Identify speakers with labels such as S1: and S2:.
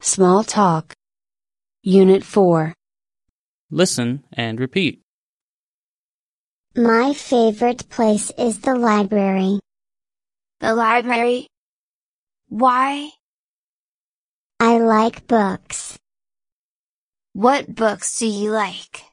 S1: Small Talk. Unit 4.
S2: Listen and repeat.
S3: My favorite place is the library.
S4: The library? Why?
S3: I like books.
S4: What books do you like?